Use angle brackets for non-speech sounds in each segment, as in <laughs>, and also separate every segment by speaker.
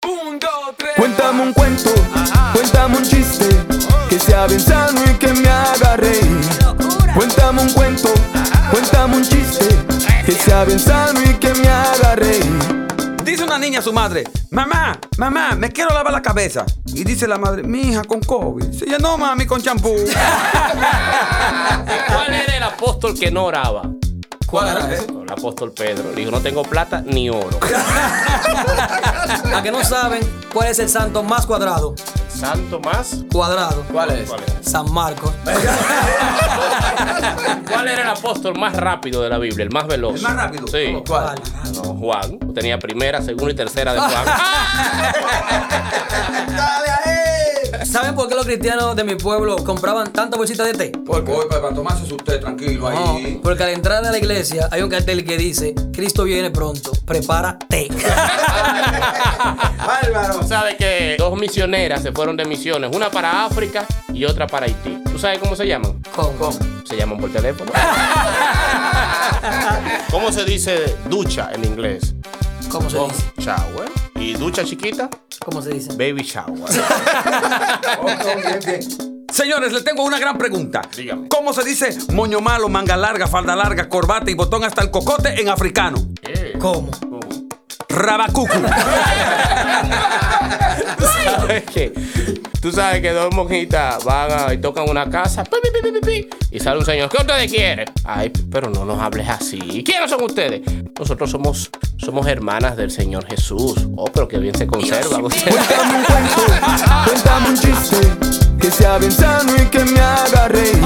Speaker 1: Pues
Speaker 2: Cuéntame un cuento, cuéntame un chiste que sea bien sano y que me haga reír. Cuéntame un cuento, cuéntame un chiste que sea bien sano y que me haga reír.
Speaker 1: Dice una niña a su madre, mamá, mamá, me quiero lavar la cabeza. Y dice la madre, mi hija, con COVID. Dice ella, no, mami, con champú.
Speaker 3: ¿Cuál era el apóstol que no oraba?
Speaker 1: ¿Cuál era ese?
Speaker 3: El apóstol Pedro. Le dijo, no tengo plata ni oro.
Speaker 4: A que no saben cuál es el santo más cuadrado.
Speaker 3: Santo más.
Speaker 4: Cuadrado.
Speaker 5: ¿Cuál es?
Speaker 3: ¿Cuál es?
Speaker 4: San Marcos.
Speaker 3: ¿Cuál era el apóstol más rápido de la Biblia? El más veloz.
Speaker 1: ¿El más rápido?
Speaker 3: Sí.
Speaker 5: ¿Cuál?
Speaker 3: No, Juan. Tenía primera, segunda y tercera de Juan.
Speaker 1: <laughs>
Speaker 5: ¡Dale ahí!
Speaker 4: ¿Saben por qué los cristianos de mi pueblo compraban tantas bolsitas de té?
Speaker 5: Porque voy para tomarse su té tranquilo
Speaker 4: No,
Speaker 5: ahí.
Speaker 4: porque al entrar a la iglesia hay un cartel que dice, Cristo viene pronto, <laughs> prepárate.
Speaker 5: Bárbaro.
Speaker 3: Tú sabes que dos misioneras se fueron de misiones, una para África y otra para Haití. ¿Tú sabes cómo se llaman?
Speaker 4: ¿Cómo?
Speaker 3: Se llaman por
Speaker 1: <laughs>
Speaker 3: teléfono. ¿Cómo se dice ducha en inglés?
Speaker 4: ¿Cómo se
Speaker 3: Con
Speaker 4: dice?
Speaker 3: shower. ¿Y ducha chiquita?
Speaker 4: ¿Cómo se dice?
Speaker 3: Baby shower.
Speaker 5: Ok, bien, bien.
Speaker 1: Señores, les tengo una gran pregunta.
Speaker 3: Dígame.
Speaker 1: ¿Cómo se dice moño malo, manga larga, falda larga, corbata y botón hasta el cocote en africano?
Speaker 3: Eh,
Speaker 4: ¿Cómo?
Speaker 1: Rabacucu.
Speaker 3: ¿Sabes qué? Tú sabes que dos monjitas van a- y tocan una casa pi, pi, pi, pi, pi, pi, y sale un señor. ¿Qué ustedes quieren? Ay, pero no nos hables así. ¿Quiénes son ustedes? Nosotros somos, somos hermanas del Señor Jesús. Oh, pero que bien se conservan ustedes.
Speaker 2: Cuéntame un cuento, cuéntame un chiste que sea bien sano y que me haga reír.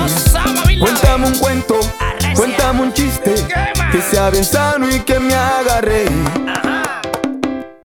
Speaker 2: Cuéntame un cuento, cuéntame un chiste que sea bien sano y que me haga reír.